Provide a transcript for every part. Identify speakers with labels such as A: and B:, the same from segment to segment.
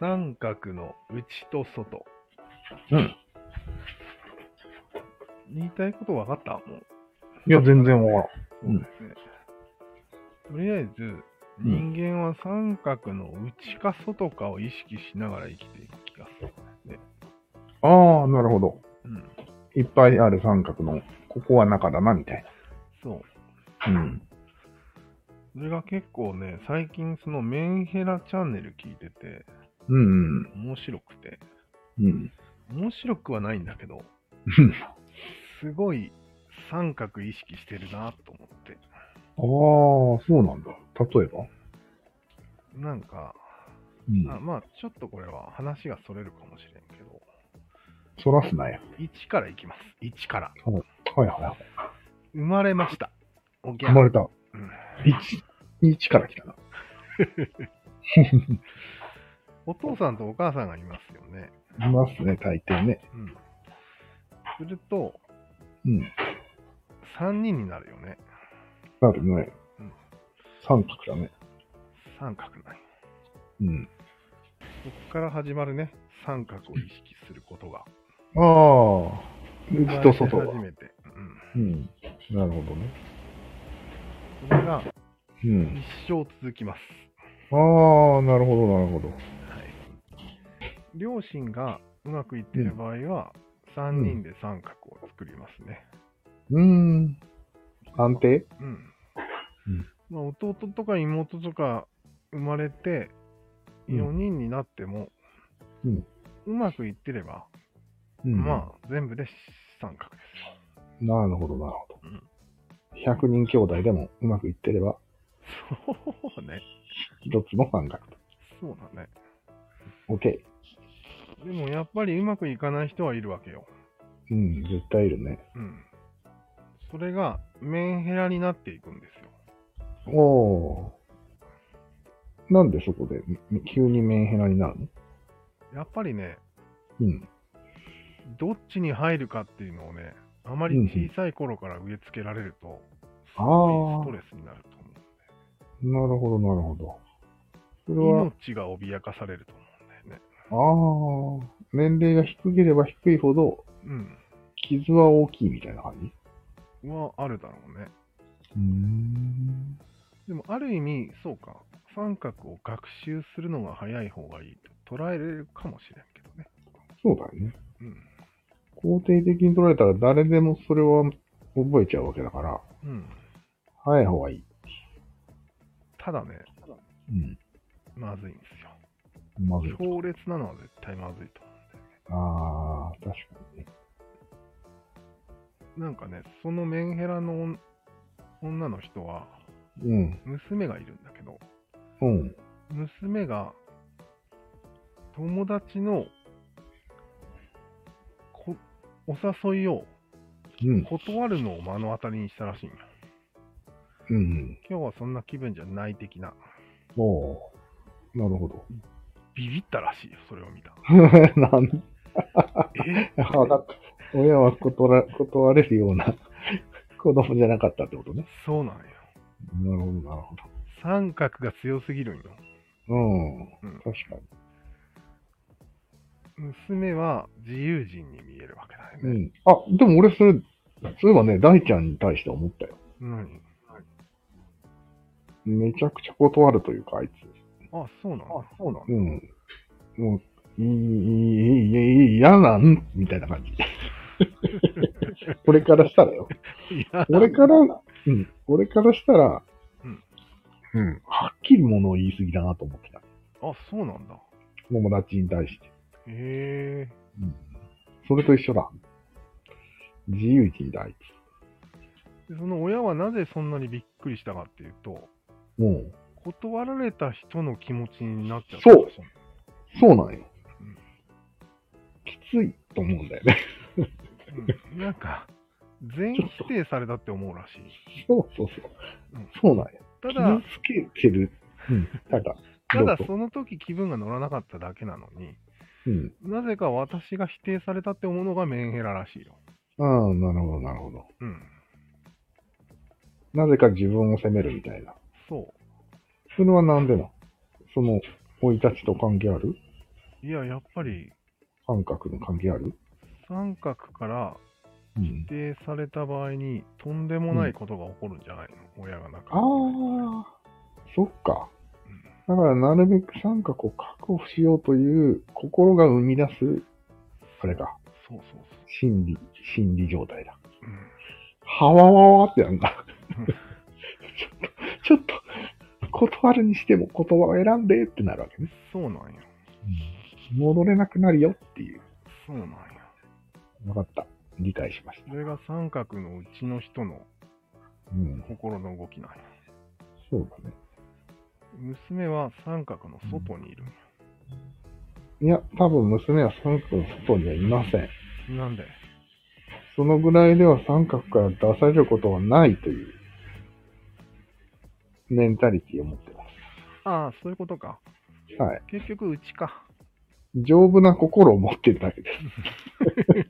A: 三角の内と外。
B: うん。
A: 言いたいこと分かったもう。
B: いや、全然わか
A: そうですね。とりあえず、人間は三角の内か外かを意識しながら生きていく気がするんですね。
B: らん。ああ、なるほど。
A: うん。
B: いっぱいある三角の、ここは中だな、みたい
A: そう。
B: な。うん。
A: それが結構ね、最近そのメンヘラチャンネル聞いてて、
B: うんうん。
A: 面白くて、
B: うん。
A: 面白くはないんだけど、すごい三角意識してるなと思って。
B: ああ、そうなんだ。例えば
A: なんか、
B: うん
A: あまあちょっとこれは話がそれるかもしれんけど、
B: そらすなよ。
A: 1からいきます。1から。
B: はいは
A: 生まれました。おぎ
B: い。
A: ゃ
B: 生まれた。
A: うん
B: 一一から来たな。
A: お父さんとお母さんがいますよね。
B: いますね、大抵ね。
A: うん。すると、
B: うん。
A: 3人になるよね。
B: なるね
A: うん。
B: 三角だね。
A: 三角ない。
B: うん。
A: そこから始まるね、三角を意識することが。
B: ああ。内と外
A: 初
B: は。
A: めて。うん。
B: うん。なるほどね。
A: それが
B: うん。
A: 一生続きます。
B: ああ、なるほど、なるほど。
A: はい。両親がうまくいっている場合は、3人で三角を作りますね。
B: うーん。安定
A: うん。
B: うん
A: まあ、弟とか妹とか生まれて、
B: うん
A: 4人になっても、
B: うん
A: うまくいってれば、
B: うん
A: まあ、全部で三角ですよ。
B: なるほど、なるほど
A: うん。
B: 100人兄弟でもうまくいってれば、
A: そうね。
B: 一つの三角と。
A: そうだね。
B: OK。
A: でもやっぱりうまくいかない人はいるわけよ。
B: うん、絶対いるね。
A: うん。それがメンヘラになっていくんですよ。
B: おおー。なんでそこで、み急にメンヘラになるの
A: やっぱりね、
B: うん。
A: どっちに入るかっていうのをね、あまり小さい頃から植え付けられると、すごいストレスになると思う。
B: なるほど、なるほど。それは、
A: 命が脅かされると思うんだよね。
B: ああ、年齢が低ければ低いほど、傷は大きいみたいな感じ
A: うん。はあるだろうね。
B: うーん。
A: でもある意味、そうか、三角を学習するのが早い方がいいと捉えられるかもしれんけどね。
B: そうだよね。
A: う
B: 肯定的に取られたら誰でもそれは覚えちゃうわけだから、
A: ん。うん。
B: 早い方がいい。
A: ただね、
B: うん。
A: まずいんです
B: まずい
A: よ。。強烈なのは絶対まずいと思
B: ああ、確かにね。
A: う。なんかね、そのメンヘラの女女の人は、
B: うん。
A: 娘がいるんだけど、
B: うん。
A: 娘が友達のこお誘いを
B: うん。
A: 断るのを目の当たりにしたらしいんよ。
B: うん。
A: 今日はそんな気分じゃない的な。
B: おおー。なるほど。
A: ビビったらしいよ、それを 見た。
B: なん
A: え
B: あなんか親は断ら断れるような子供じゃなかったってことね。
A: そうなんよ。
B: なるほど、なるほど。
A: 三角が強すぎるんよ。
B: うん。
A: うん
B: 確か
A: 娘は自由人に見えるわけだ
B: に。
A: よ
B: う
A: ね。
B: ん。あ、でも俺それ、そういえばね、大ちゃんに対して思ったよ。
A: 何
B: めちゃくちゃ断るというか、あいつ。
A: あ、そうなんだ。
B: そうなのうん。もう、いい、いい、いい、嫌なんみたいな感じ。俺からしたらよ。
A: いや、
B: 俺から、うん。俺からしたら、
A: うん。
B: うん。はっきりものを言い過ぎだなと思ってた。
A: あ、そうなんだ。
B: 友達に対して。
A: へえ。
B: うん。それと一緒だ。自由人だ、あい
A: でその親はなぜそんなにびっくりしたかっていうと、
B: つ。もう、
A: 断られた人の気持ちになっちゃったらしいの
B: そうなんよ
A: うん。
B: きついと思うんだよね。
A: うんなんか、全否定されたって思うらしい。
B: そうそうそう
A: うん。
B: そうなんよ。
A: ただ
B: 傷、つけてる。うん。ただ、
A: ただ
B: どうぞ
A: その時気分が乗らなかっただけなのに、
B: うん。
A: なぜか私が否定されたって思うのがメンヘラらしいよ。
B: ああ、なるほど、なるほど。
A: うん。
B: なぜか自分を責めるみたいな。
A: そ
B: それはなんでなのその、生い立ちと関係ある
A: う。いや、やっぱり
B: 三角の関係ある
A: 三角から
B: うん。
A: 指定された場合に、とんでもないことが起こるんじゃないの、親がなか
B: ああ、そっか
A: うん。
B: だから、なるべく三角を確保しようという心が生み出す、あれか、
A: そうそうそ
B: 心理、心理状態だ。
A: う。うん
B: はわわわってなんだ。 ちょっと、ちょっと、断るにしても言葉を選んでってなるわけね。
A: そうなんや。
B: 戻れなくなるよっていう。
A: そうなんや。
B: わかった。理解しました
A: そ。れが三角のうちの人の
B: うん。
A: 心の動きなんや。
B: そうだね。
A: 娘は三角の外にいるんや。
B: いや、多分娘は三角の外にはいません。
A: なんで
B: そのぐらいでは三角から出されることはないという、メンタリティを持ってま
A: ああ、そういうことか。
B: す。はい。
A: 結局、うちか。
B: 丈夫な心を持ってるだけです。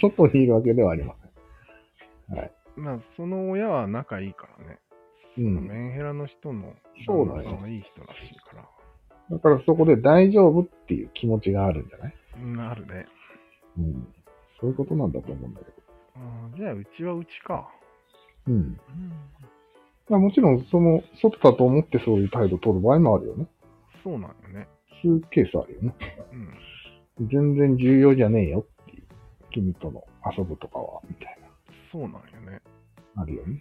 B: 外にいるわけではありま
A: まあ、その親は仲いいからね。
B: せん。うん。
A: メンヘラの人の
B: そうなんや
A: 旦那さんはいい人らしいから。
B: だからそこで大丈夫っていう気持ちがあるんじゃない
A: うん、あるね。
B: うん。そういうことなんだと思うんだけど。
A: ああじゃあ、うちはうちか。
B: うん。
A: うん、
B: まあもちろん、その、外だと思ってそういう態度を取る場合もあるよね。
A: そうなんよね。
B: そういうケースあるよね。
A: うん。
B: 全然重要じゃねえよっていう。君との遊ぶとかは、みたい
A: そうなんよね。
B: な。あるよね。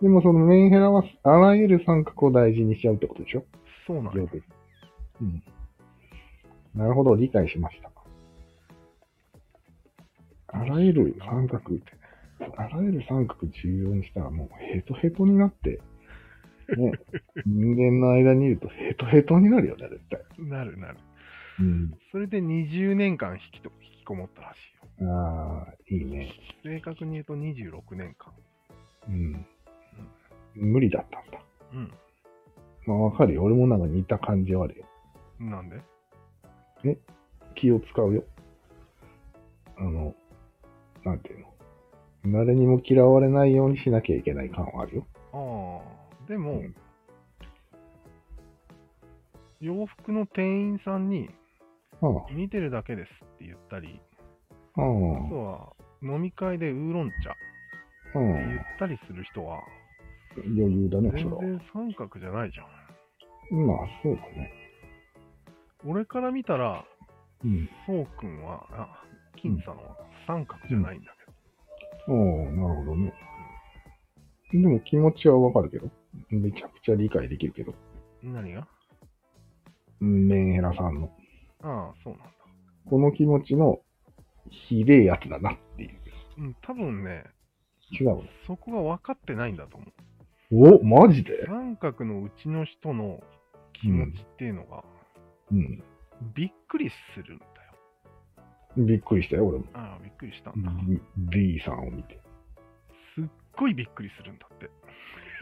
B: でもそのメンヘラは、あらゆる三角を大事にしちゃうってことでしょ
A: そうなん
B: 両
A: よ。
B: 手。うん。なるほど、理解しました。あらゆる三角
A: って。
B: あらゆる三角重要にしたらもうヘトヘトになって、 ね、人間の間にいるとヘトヘトになるよね、絶対。
A: なるなる。
B: うん。
A: それで20年間引きと引きこもったらしいよ。
B: ああ、いいね。
A: 正確に言うと26年間。
B: うん。無理だったんだ。
A: う
B: まあわかるよ。俺もなんか似た感じはあるよ。
A: ん。なんで
B: 気を使うよ。あの、なんていうの。誰にも嫌われないようにしなきゃいけない感はあるよ。
A: ああ、でも、
B: うん
A: 洋服の店員さんに、
B: ああ、
A: 見てるだけですって言ったり、あ
B: あ
A: とは飲み会でウーロン茶って
B: あ、うん。
A: 言ったりする人は、
B: 余裕だね
A: 全、
B: それ
A: 然
B: は。
A: 三角じゃないじゃん。
B: まあ、そうだね。
A: 俺から見たら、
B: うん。
A: そうくんは、あ、金さんは三角じゃないんだけど。
B: おおなるほどね。でも気持ちはわかるけど。めちゃくちゃ理解できるけど。
A: 何が
B: うんメンヘラさんの。
A: ああ、そうなんだ。
B: この気持ちのひでえやつだなっていう。
A: うん、多分ね、
B: 違うね。
A: そこが分かってないんだと思う。
B: おマジで
A: 三角のうちの人の気持ちっていうのが、
B: うん。
A: びっくりするんだよ。
B: びっくりしたよ、俺も。
A: ああ、びっくりしたんだ。
B: B- B さんを見て。
A: すっごいびっくりするんだって。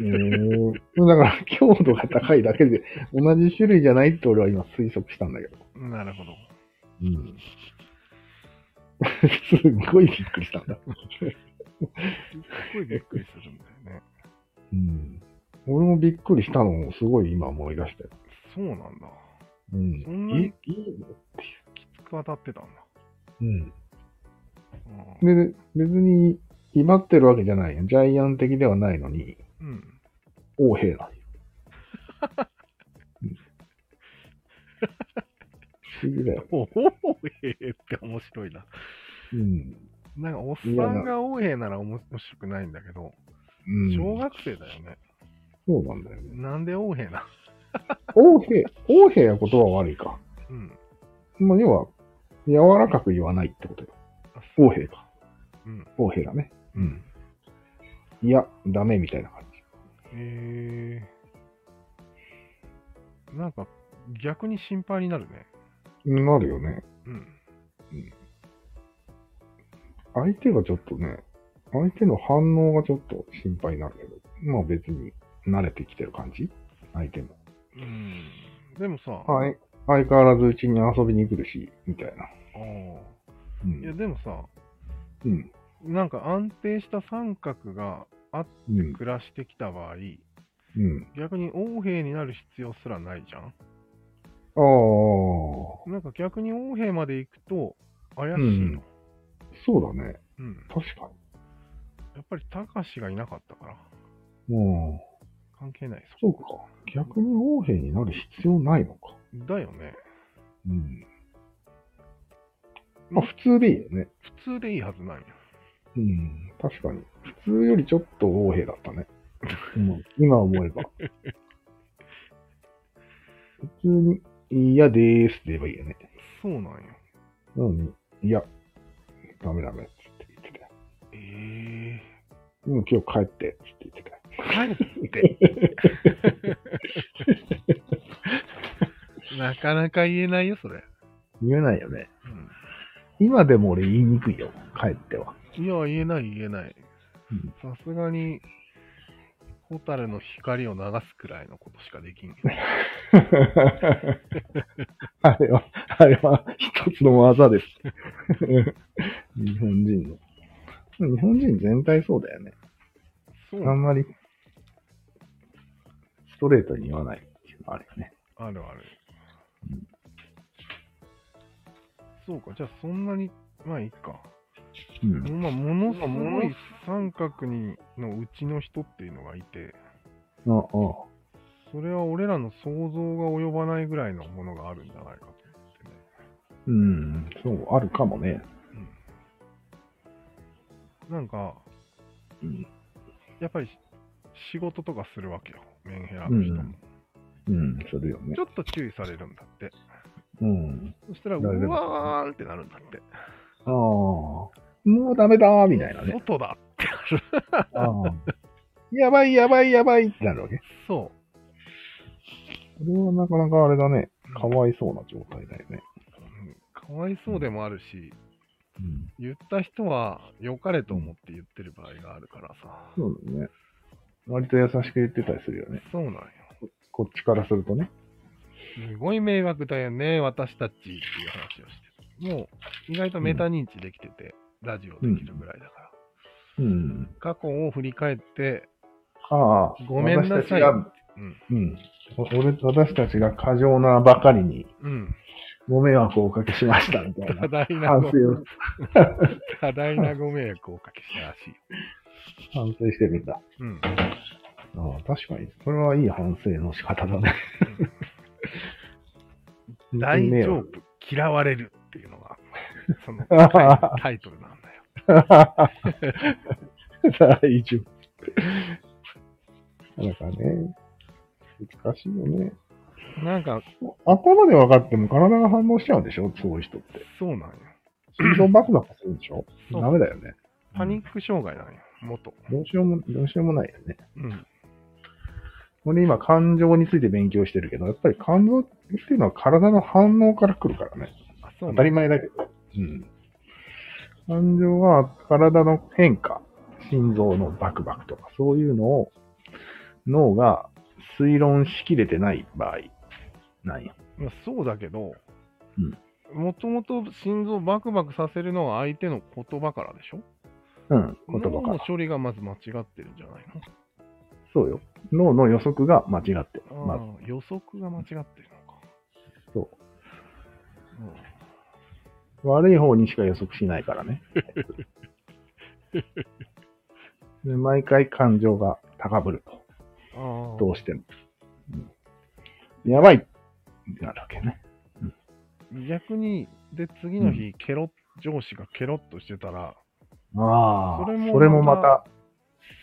B: うん。だから、 強度が高いだけで、同じ種類じゃないって俺は今推測したんだけど。
A: なるほど。
B: うん。 すっごいびっくりしたんだ。
A: すっごいびっくりするんだよね。
B: うん。俺もびっくりしたのをすごい今思い出したよ。
A: そうなんだ。
B: う
A: そ
B: ん。
A: んなに
B: いいいの
A: きつく当たってたんだ。
B: うん。
A: うん。
B: で、別に、威張ってるわけじゃないよ。ジャイアン的ではないのに、
A: うん、
B: 王兵なんよ。 うん不思議だよ。
A: おおええって面白いな。
B: うん。
A: なんか、おっさんが王兵なら面白くないんだけど、
B: うん。
A: 小学生だよね。
B: そうなんだよね。
A: なんで王兵な
B: 王兵、王兵は言葉は悪いか。
A: うん。
B: まあ、要は、柔らかく言わないってことよ。
A: あ
B: 王兵か。
A: うん。
B: 王兵だね。
A: うん。
B: いや、ダメみたいな感じ。
A: へえ。なんか、逆に心配になるね。
B: なるよね。
A: うん。
B: 相手がちょっとね、相手の反応がちょっと心配になるけど、まあ別に慣れてきてる感じ相手も。
A: うん。でもさ、。
B: はいい。相変わらずうちに遊びに来るし、みたいな。
A: ああ。
B: う
A: いや、
B: ん。
A: でもさ、
B: うん。
A: なんか安定した三角があって
B: うん。
A: 暮らしてきた場合、
B: うん。
A: 逆に王兵になる必要すらないじゃん
B: ああ、そ
A: なんか逆に王兵まで行くと怪しいの。
B: うだね。
A: うん。
B: 確か
A: やっぱり高しがいなかったから、
B: に。うん。
A: 関係ない
B: そうか。逆に王兵になる必要ないのか。
A: だよね。
B: うん。まあ普通でいいよね。
A: 普通でいいはずなんや。
B: うん。確かに。普通よりちょっと王兵だったね。今今思えば。普通に、いやでーすって言えばいいよね。
A: そうなんや。
B: なのに、いや、ダメダメっつって言ってたよ。
A: え
B: もう今日帰ってっつって言ってたよ。
A: えー。帰って。なかなか言えないよ、それ。
B: 言えないよね。今でも俺言いにくいよ。帰っては。
A: うん、いや、言えない、言えない
B: うん。
A: さすがに、ホタルの光を流すくらいのことしかできんよ。
B: あれは、あれは一つの技です。 日本人の。日本人全体そうだよね。
A: そう
B: あんまり、ストレートに言わないっていうのはあるよね。
A: あるある。そうか、じゃあそんなに、まあいいか。
B: うん。
A: まあ、ものすごい三角にのうちの人っていうのがいて、
B: ああ、
A: それは俺らの想像が及ばないぐらいのものがあるんじゃないかと思ってね。
B: うん。そう、あるかもね。
A: なんか、
B: うん
A: やっぱり仕事とかするわけよ、メンヘラの人も。
B: うんうん、するよね
A: ち。ょっと注意されるんだって。
B: うん。
A: そしたら、う
B: なるほど
A: わーんってなるんだって。
B: ああ、もうダメだーみたいなね。
A: 外だってなる。
B: ああ。やばいやばいやばいってなるわけ。
A: そ
B: これはなかなかあれだね。
A: う。
B: かわいそうな状態だよね。
A: うんかわいそうでもあるし、
B: うん。
A: 言った人は良かれと思って言ってる場合があるからさ。
B: そうだね。割と優しく言ってたりするよね。
A: そうなんよ。
B: こっちからするとね。
A: すごい迷惑だよね、私たちっていう話をしてる。もう意外とメタ認知できてて、ラジオできるぐらいだから。
B: うん。
A: 過去を振り返って、
B: ああ、
A: ごめんなさい
B: 私たちが
A: うん、
B: うん。お俺、私たちが過剰なばかりに
A: うん、
B: ご迷惑をおかけしましたみたい
A: 多
B: な。
A: 大な
B: 反
A: ご
B: 省を、
A: 多大なご迷惑をおかけしたらしいよ。
B: 反省してるんだ。
A: うん、
B: ああ、確かに。それはいい反省の仕方だね。
A: 大
B: 迷
A: 丈夫
B: 惑、
A: 嫌われるっていうのが、そのタイトルなんだよ。
B: 大丈 夫。だからね、難しいよね。
A: なんか、
B: 頭で分かっても体が反応しちゃうんでしょそういう人って。
A: そうなんよ。
B: 心臓バクバクするんでしょ
A: そう
B: ダメだよね。
A: パニック障害なんよ、元。
B: どうしようも、どうしようもないよね。
A: うん、
B: 俺今感情について勉強してるけど、やっぱり感情っていうのは体の反応から来るからね。
A: あ、そう
B: 当
A: なん
B: たり
A: よ
B: 前だけど。うん。感情は体の変化、心臓のバクバクとか、そういうのを脳が推論しきれてない場合なんや。
A: まあそうだけど
B: うん、
A: もともと心臓をバクバクさせるのは相手の言葉からでしょ
B: うん、言葉
A: 脳
B: か
A: の
B: ら。
A: 処理がまず間違ってるんじゃないの
B: そうよ。脳の予測が間違ってる。
A: あ
B: まず、
A: あ予測が間違ってるのか。
B: そ
A: うん
B: う。悪い方にしか予測しないか らね。で毎回感情が高ぶると。
A: ああ
B: どうしても。うんやばいってなるわけね。
A: 逆に、で、次の日、ケロッ上司がケロッとしてたら、
B: ああ、
A: それも
B: それもまた、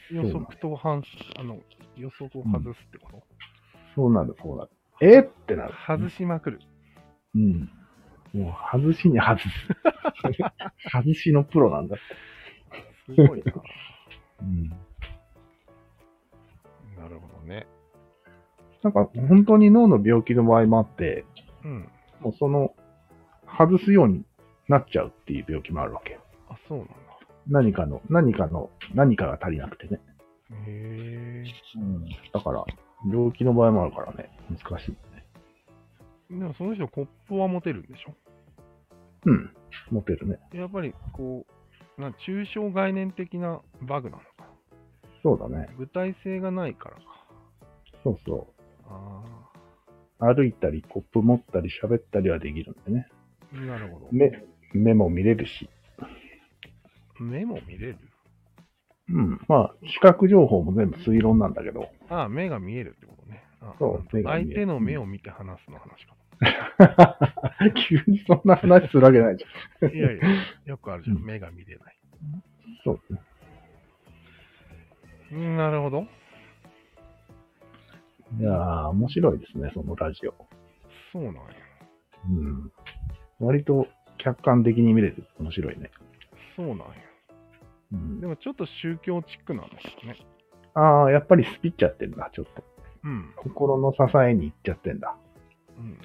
A: 予測と反、あの、予測を外すってこ
B: そうなる、そうなる。えってな
A: と
B: る。
A: 外しまくる。
B: うん。もう、外しに外 す。外しのプロなんだ。
A: すごい
B: うん。
A: な。なるほどね。
B: なんか、本当に脳の病気の場合もあって、
A: うん。
B: もうその、外すようになっちゃうっていう病気もあるわけよ。
A: あ、そうなんだ。
B: 何かの、何かの、何かが足りなくてね。
A: へえ。
B: うん。だから、病気の場合もあるからね、難しい。
A: でもその人、コップは持てるんでしょ
B: うん。モテるね。
A: やっぱりこう、な抽象概念的なバグなのか
B: そうだね。
A: 具体性がないからか。
B: そうそ
A: あ
B: 歩いたり、コップ持ったり、喋ったりはできるんでね。
A: なるほど。
B: 目、目も見れるし。
A: 目も見れる
B: うん。まあ、視覚情報も全部推論なんだけど。
A: ああ、目が見えるってことね。あ
B: そう目が見
A: 相
B: える
A: 手の目を見て話すの話か。
B: 急にそんな話するわけないじゃん。
A: いやいや、よくあるじゃん。
B: うん
A: 目が見れない。
B: そう。
A: うんなるほど。
B: いやー、面白いですね、そのラジオ。
A: そうなんや。
B: うん。割と客観的に見れて面白いね。
A: そうなんや。
B: うん
A: で、もちょっと宗教チックなんですね。
B: ああ、やっぱりスピっちゃってるな、ちょっと。
A: うん。
B: 心の支えに行っちゃってんだ。
A: うん、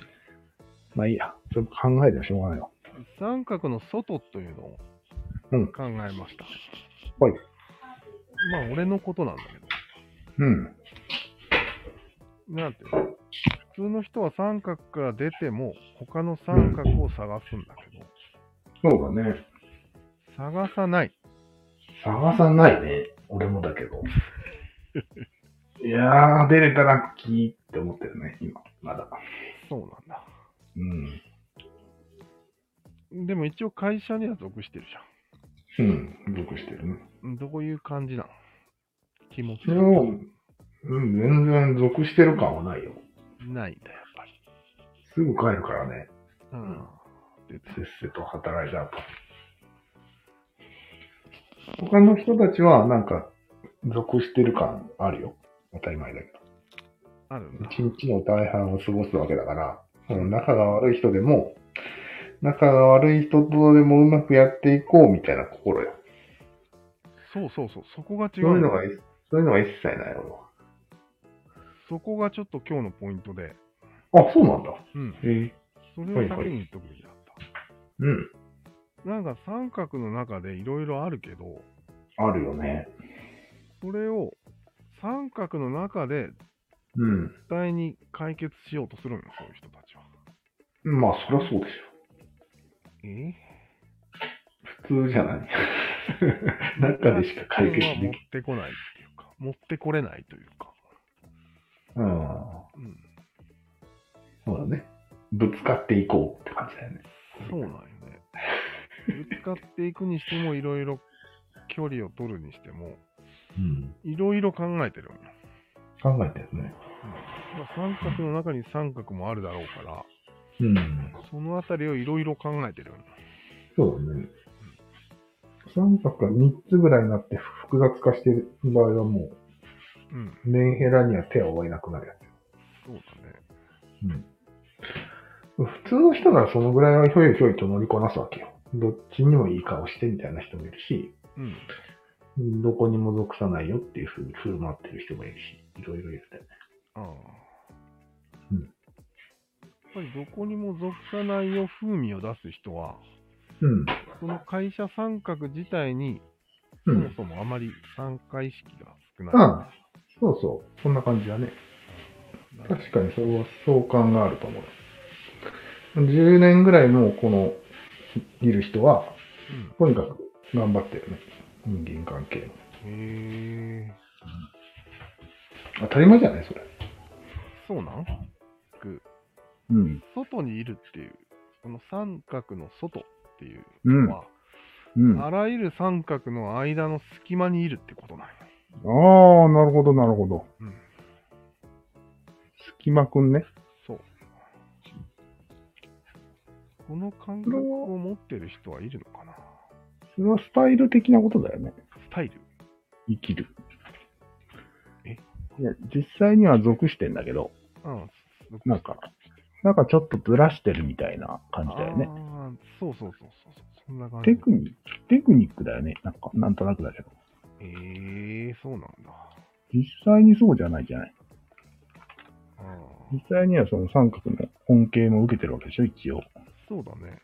B: まあいいや、それ考えてはしょうがないよ。
A: 三角の外というのを
B: うん
A: 考えました。
B: はい。
A: まあ、俺のことなんだけど。
B: うん。
A: なんていうの普通の人は三角から出ても他の三角を探すんだけど、
B: そうだね。
A: 探さない。
B: 探さないね。俺もだけ ど。いやー、出れたラッキーって思ってるね、今。まだ。
A: そうなんだ。
B: うん。
A: でも一応会社には属してるじ
B: うん。属してるね。
A: ゃん。どういう感じなの気持ち
B: でも、うん、全然属してる感はないよ。
A: ないんだ、やっぱり。
B: すぐ帰るからね。
A: うん。で
B: せっせと働いた後。他の人たちは、なんか、属してる感あるよ。当たり前だけど。
A: あるんだ。
B: 一日の大半を過ごすわけだから、その仲が悪い人でも、仲が悪い人とでもうまくやっていこうみたいな心よ。
A: そうそうそう。そこが違
B: そういううん
A: だ
B: のが、そういうのが一切ないよ。
A: そこがちょっと今日のポイントで。
B: あ、そうなんだ。
A: うん。
B: へえ。
A: それを先に言っとくべきだった。
B: うん。
A: なんか三角の中でいろいろあるけど、
B: あるよね。
A: それを三角の中で
B: うん。
A: 絶対に解決しようとするのよ、そういう人たちは。
B: まあ、そりゃそうでし
A: え
B: ょ。普通じゃない。 中でしか解決
A: は持
B: で
A: っ
B: き
A: てこないっていうか、持ってこれないというか。
B: うん。
A: うん。
B: そうだね。ぶつかっていこうって感じだよね。
A: そうなんよね。ぶつかっていくにしても、いろいろ距離を取るにしても、
B: うん。
A: いろいろ考えてるんよ。
B: 考えてるね。
A: まあ、三角の中に三角もあるだろうから、
B: うん。
A: そのあたりをいろいろ考えてるんよ。
B: そうだね。三角が3つぐらいになって複雑化してる場合はも
A: うん、
B: う、メンヘラには手を負えなくなるや
A: そうだね。
B: つ。普通の人ならそのぐらいはひょいひょいと乗りこなすわけよ。どっちにもいい顔してみたいな人もいるし、
A: うん。
B: どこにも属さないよっていうふうに振る舞ってる人もいるし、いろいろいるんだよね。
A: ああ。
B: うん
A: やっぱりどこにも属さないよ風味を出す人は、
B: うん。
A: その会社三角自体に、そ
B: うん
A: も。そもあまり参加意識が少ない。
B: ああ、そうそう。そんな感じだね。
A: なる
B: 確かにそれは相関があると思う。10年ぐらいもうこの、いる人は、とにかく頑張ってるね。人間関係。
A: うん。へえ。
B: 当たり前じゃないそれ。
A: そうなん
B: うん。
A: 外にいるっていう、この三角の外っていう
B: う
A: の
B: ん。
A: は、
B: うん。あ
A: あらゆる三角の間の隙間にいるってことなんや。
B: あ、なるほど、なるほど。
A: うん
B: 隙間くんね。
A: そう。この感覚を持ってる人はいるのかな
B: それはスタイル的なことだよね。
A: スタイル
B: 生きる。
A: え
B: いや、実際には属してんだけど、
A: うん。
B: なんか、なんかちょっとずらしてるみたいな感じだよね。
A: あーそうそうそうそうそう。そんな感じ。
B: テクニック、テクニックだよね。なんか、なんとなくだけど。
A: ええー、そうなんだ。
B: 実際にそうじゃないじゃない。
A: あー
B: 実際にはその三角の恩恵も受けてるわけでしょ、一応。
A: そうだね。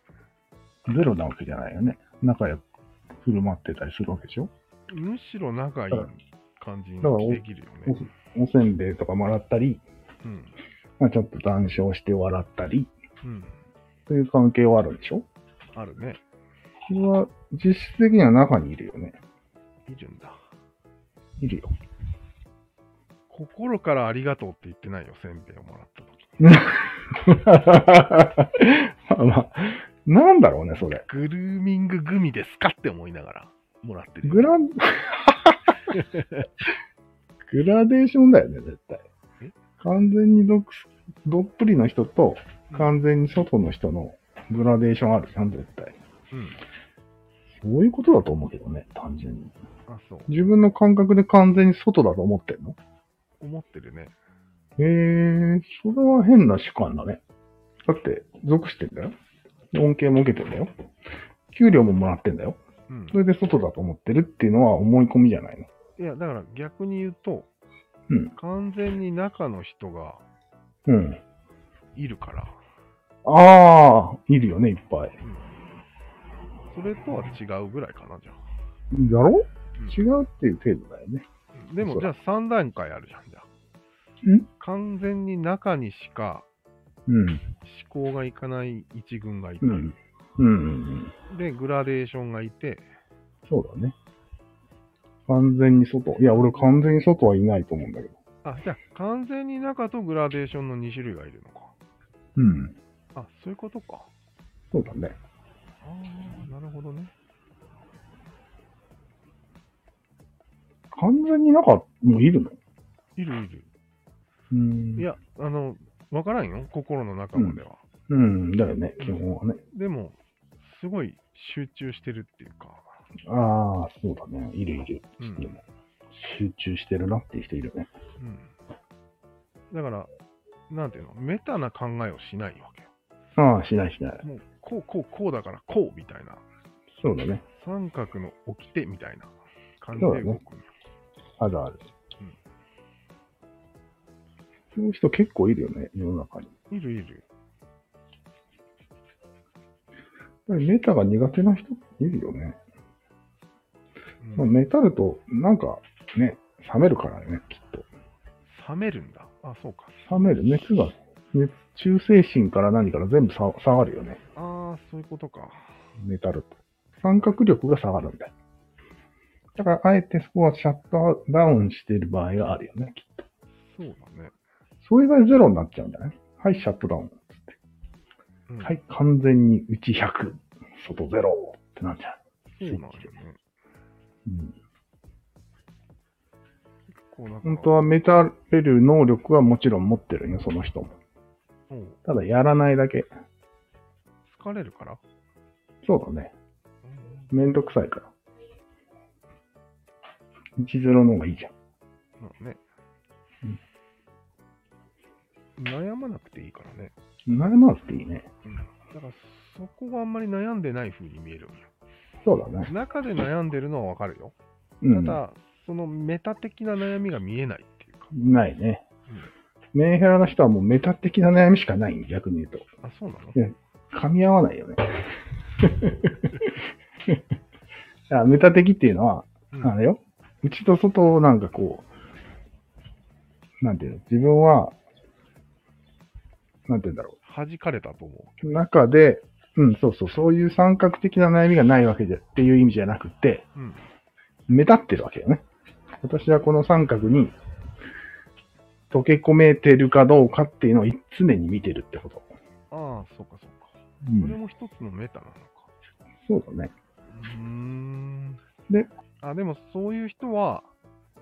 B: ゼロなわけじゃないよね。仲良く振る舞ってたりするわけでしょ。
A: むしろ仲いい感じに
B: だから
A: できるよ
B: お
A: ね。
B: おせんべいとかもらったり、
A: うん。
B: まあ、ちょっと談笑して笑ったり、
A: うん。
B: という関係はあるでしょ。
A: あるね。
B: それは実質的には中にいるよね。
A: いるんだ。
B: いるよ。
A: 心からありがとうって言ってないよ、せんべいをもらった時。
B: まあ、なんだろうね、それ。
A: グルーミンググミですかって思いながらもらってる。
B: グラン、グラデーションだよね、絶対
A: え。
B: 完全にどっどっぷりの人と、完全に外の人のグラデーションあるじゃん、絶対。
A: うん。
B: そういうことだと思うけどね、単純に。
A: あ、そう。
B: 自分の感覚で完全に外だと思ってんの
A: 思ってるね。
B: へえー、それは変な主観だね。だって、属してんだよ。恩恵も受けてんだよ。給料ももらってんだよ。
A: うん
B: そ。れで外だと思ってるっていうのは思い込みじゃないの。
A: いや、だから逆に言うと、
B: うん
A: 完全に中の人が
B: うん。
A: いるから、
B: ああ、いるよね、いっぱい。
A: それとは違うぐらいかな、じゃあ。
B: だろ
A: うん
B: 違うっていう程度だよね。
A: でも、
B: そう
A: じゃあ3段階あるじゃん、じゃあ。
B: ん
A: 完全に中にしか
B: うん。
A: 思考がいかない一軍がいて、
B: うん。うん、うん。
A: で、グラデーションがいて、
B: そうだね。完全に外。いや、俺完全に外はいないと思うんだけど。
A: あ、じゃあ完全に中とグラデーションの2種類がいるのか。
B: うん。
A: あ、そういうことか。
B: そうだね。
A: ああ、なるほどね。
B: 完全に中、もういるの
A: いるいる。
B: うん
A: いや、あの、わからんよ、心の中までは。
B: うん、だよね、基本はね。
A: でも、すごい集中してるっていうか、
B: ああ、そうだね。いるいる。
A: うん
B: でも、集中してるなっていう人いるね。
A: うん。だから、なんていうの、メタな考えをしないわけよ。
B: ああ、しないしない。
A: もう、こう、こう、こうだから、こうみたいな、
B: そうだね。
A: 三角の掟みたいな感じで動くの。
B: あるある。そういう人結構いるよね、世の中に。
A: いるいる。
B: やっぱりメタが苦手な人いるよね。
A: うん
B: まあ、メタると、なんかね、冷めるからね、きっと。
A: 冷めるんだ。あ、そうか。
B: 冷める。熱が、熱中精神から何から全部さ下がるよね。
A: ああ、そういうことか。
B: メタルと。三角力が下がるんだよ。だから、あえてそこはシャットダウンしている場合があるよね。
A: そうだね。
B: それがゼロになっちゃうんだね。はい、シャットダウン。
A: うん
B: は。い、完全にうち100、外ゼロってなっちゃ
A: そうなんだよね。
B: う。うん、
A: 結構なんか。
B: 本当はメタれる能力はもちろん持ってるよ、その人も。
A: もう
B: ただ、やらないだけ。
A: 疲れるから。
B: そうだね。
A: うん
B: めんどくさいから。1-0の方がいいじゃん。
A: まあね
B: うん。
A: 悩まなくていいからね。
B: 悩まなくていいね。
A: うん。だからそこがあんまり悩んでない風に見える。
B: そうだね。
A: 中で悩んでるのはわかるよ。
B: う
A: た
B: ん。
A: だ、そのメタ的な悩みが見えないっていうか。
B: ないね。メンヘラの人はもうメタ的な悩みしかない、逆に言うと。
A: あ、そうなの
B: いや噛み合わないよ ね。あメタ的っていうのは、
A: うん
B: あれよ。内と外をなんかこう、なんていうの、自分は、なんていうんだろ
A: 弾かれたと思う。
B: う。中で、うん、そうそう、そういう三角的な悩みがないわけでっていう意味じゃなくて、
A: うん。
B: 目立ってるわけよね。私はこの三角に溶け込めてるかどうかっていうのを常に見てるってこと。
A: ああ、そうかそうか。
B: う
A: これ
B: ん、
A: も一つのメタなのか。
B: そうだね。
A: うーん。
B: で、
A: あ、でもそういう人は、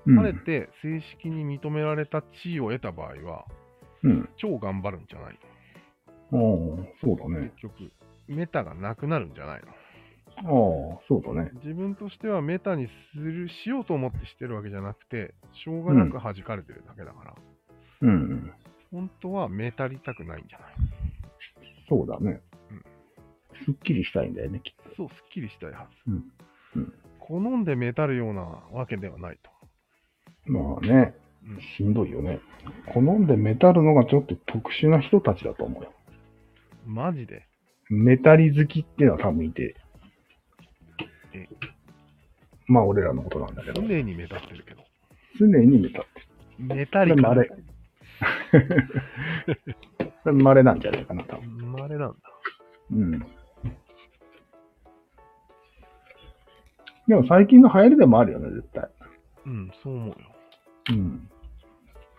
B: うん
A: 晴れて正式に認められた地位を得た場合は、
B: うん。
A: 超頑張るんじゃない
B: おーそうだ
A: の
B: ね。
A: 結局、メタがなくなるんじゃないの
B: ああ、そうだね。
A: 自分としてはメタにする、しようと思ってしてるわけじゃなくて、しょうがなく弾かれてるだけだから、
B: うん。
A: 本当はメタりたくないんじゃない
B: そうだね
A: うん。
B: すっきりしたいんだよね、きっ
A: そう、すっきりしたいはず。
B: うんうん
A: 好んでメタるようなわけではないと。
B: と。まあね
A: うん、
B: しんどいよね。好んでメタルのがちょっと特殊な人たちだと思うよ。
A: マジで。
B: メタリ好きっていうのは多分いて
A: え。
B: まあ、俺らのことなんだけど。
A: 常にメタってるけど。
B: 常にメタ
A: メタ
B: ル
A: リカ。
B: あれ それ稀なんじゃないかな、多分。
A: まれなんだ。
B: うん。でも最近の流行りでもあるよね、絶対。
A: うん、そう思うよ。
B: うん。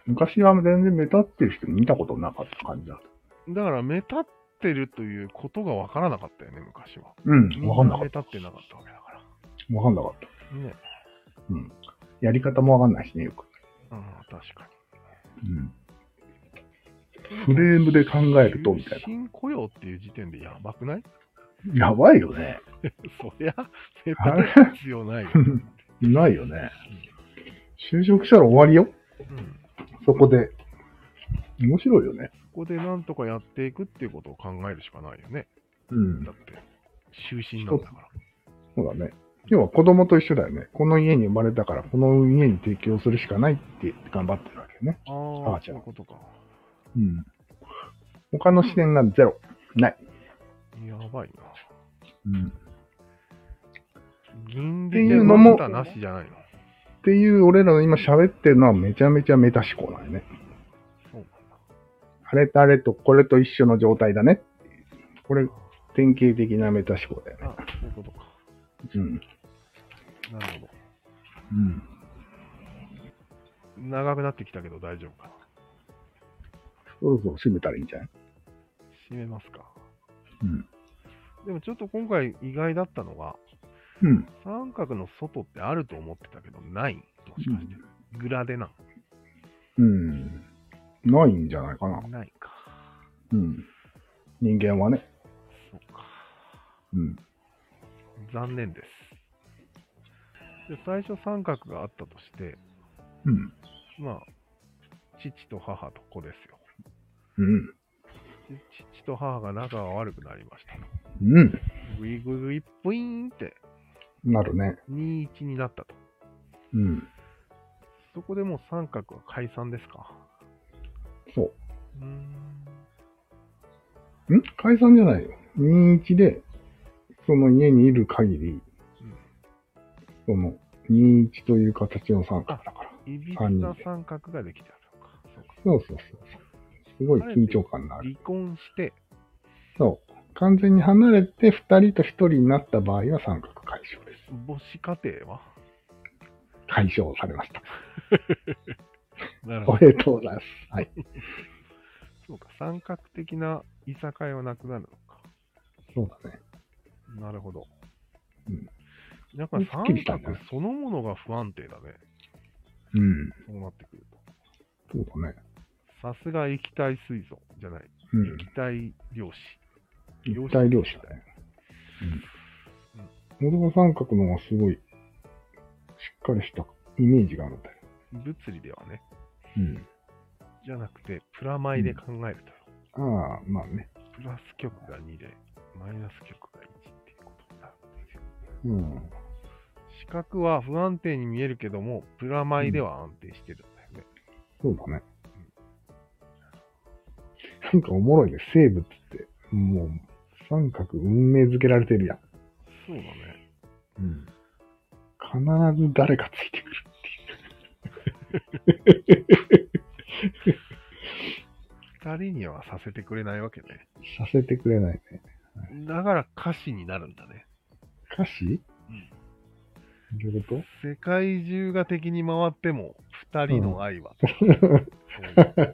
B: 昔は全然目立ってる人見たことなかった感じだった。
A: だから、目立ってるということがわからなかったよね、昔は。
B: うん、わかんなか
A: 目
B: っ
A: 立ってなかったわけだか
B: た。わかんなかった。
A: ら。ね。
B: うん。やり方もわかんないしね、よく。
A: うん、確か
B: うん。フ
A: に。
B: レームで考えると、みたい
A: 終身雇用っていう時点でやばくない
B: な。やばいよね。
A: そりゃ、絶
B: あれ
A: 対必要ないよ。
B: ないよね。就職したら終わりよ。
A: うん
B: そこで。面白いよね。
A: ここでなんとかやっていくっていうことを考えるしかないよね。
B: うん
A: だ。って、終身なんだから。
B: そうだね。要は子供と一緒だよね。この家に生まれたから、この家に提供するしかないって頑張ってるわけね。
A: あ
B: あ
A: あ、
B: ー
A: そういうことか。
B: うん。他の視点がゼロ。ない。
A: やばいな。
B: うん。っ
A: 銀
B: って
A: で
B: いうのも
A: たなしじゃないの。
B: ていう、俺らの今喋ってるのはめちゃめちゃメタ思考なんよね。
A: そう
B: あれとあれとこれと一緒の状態だねっていう。これ、典型的なメタ思考だよね。
A: なんだ。あ、そういうことか。
B: うん。
A: なるほ
B: うん。
A: ど。長くなってきたけど大丈夫かな。
B: そろそろ閉めたらいいんじゃない
A: 閉めますか。
B: うん。
A: でもちょっと今回意外だったのが、
B: うん。
A: 三角の外ってあると思ってたけど、ない。もしかして。グラデな。
B: うん。ないんじゃないかな。
A: ないか。
B: うん。人間はね。
A: そうか。
B: うん。
A: 残念です。で最初三角があったとして、
B: うん。
A: まあ、父と母と子ですよ。
B: うん。
A: で父と母が仲が悪くなりました。
B: うん。
A: グイグイグイプイーンって
B: なるね。
A: 21になったと。
B: うん。
A: そこでもう三角は解散ですか。
B: そう
A: ーん。
B: う。ん解散じゃないよ。21で、その家にいる限り、その、21という形の三角だから。
A: いびつ
B: 三人
A: な
B: で
A: 三角ができたのか。そうか。
B: そうそうそう。すごい緊張感のある。
A: 離婚して、
B: そう。完全に離れて2人と1人になった場合は三角解消です。
A: 母子家庭は
B: 解消されました。
A: なる
B: お。めでとうございます。はい。
A: そうか。三角的ないさかいはなくなるのか。
B: そうだね。
A: なるほど。
B: うん
A: やっぱ三
B: すっきりしたんだ
A: 角そのものが不安定だね。
B: うん。
A: そうなってくると。
B: そうだね。
A: さすが液体水素じゃない。
B: うん。
A: 液体量子。
B: 一体量子だね。うん。元が三角の方がすごい、しっかりしたイメージがあるんだよ。
A: 物理ではね。
B: うん。
A: じゃなくて、プラマイで考えるとよ。
B: ああ、まあね。
A: プラス極が2で、マイナス極が1っていうことになるんですよ。
B: うん。
A: 視覚は不安定に見えるけども、プラマイでは安定してるんだよね。
B: そうだね。なんかおもろいね。生物って、もう、三角運命づけられてるやん。
A: そうだね。
B: うん。必ず誰かついてくる
A: 二人にはさせてくれないわけね。
B: させてくれないね。
A: だから歌詞になるんだね。
B: 歌詞どういうこ
A: 世界中が敵に回っても、二人の愛 は、そう
B: と
A: いう歌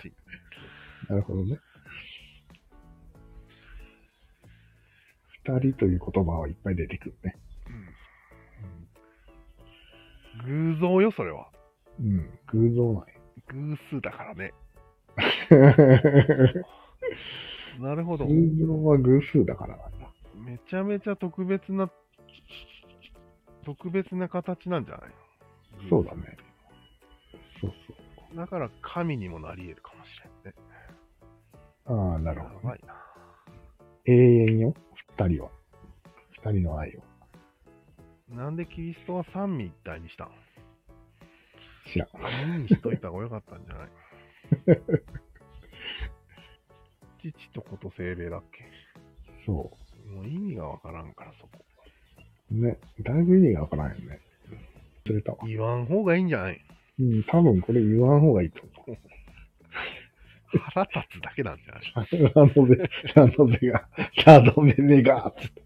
A: 詞。
B: なるほどね。二人という言葉はいっぱい出てくるね。
A: うん偶像よ、それは。
B: うん。偶像なん
A: 偶数だからね。
B: や
A: なるほど。
B: 偶像は偶数だからなんだ。
A: めちゃめちゃ特別な、特別な形なんじゃないの
B: そうだね。そうそう。
A: だから神にもなり得るかもしれんね。
B: ああ、なる
A: や
B: ほど、ね
A: ば。いな。
B: 永遠よ。二人は。二人の愛を。
A: なんでキリストは三位一体に したの
B: 知らん。
A: 二にしといた方が良かったんじゃない 父と子と精霊だっけ
B: そ
A: もう意味がわからんからそこ。
B: う。ね。だいぶ意味がわからんよね。忘れたわ。
A: 言わん方がいいんじゃない
B: うん、多分これ言わん方がいいと思う。
A: 腹立つだけなんじゃない
B: ラノベ、ラノベが、ラノベメガーっつって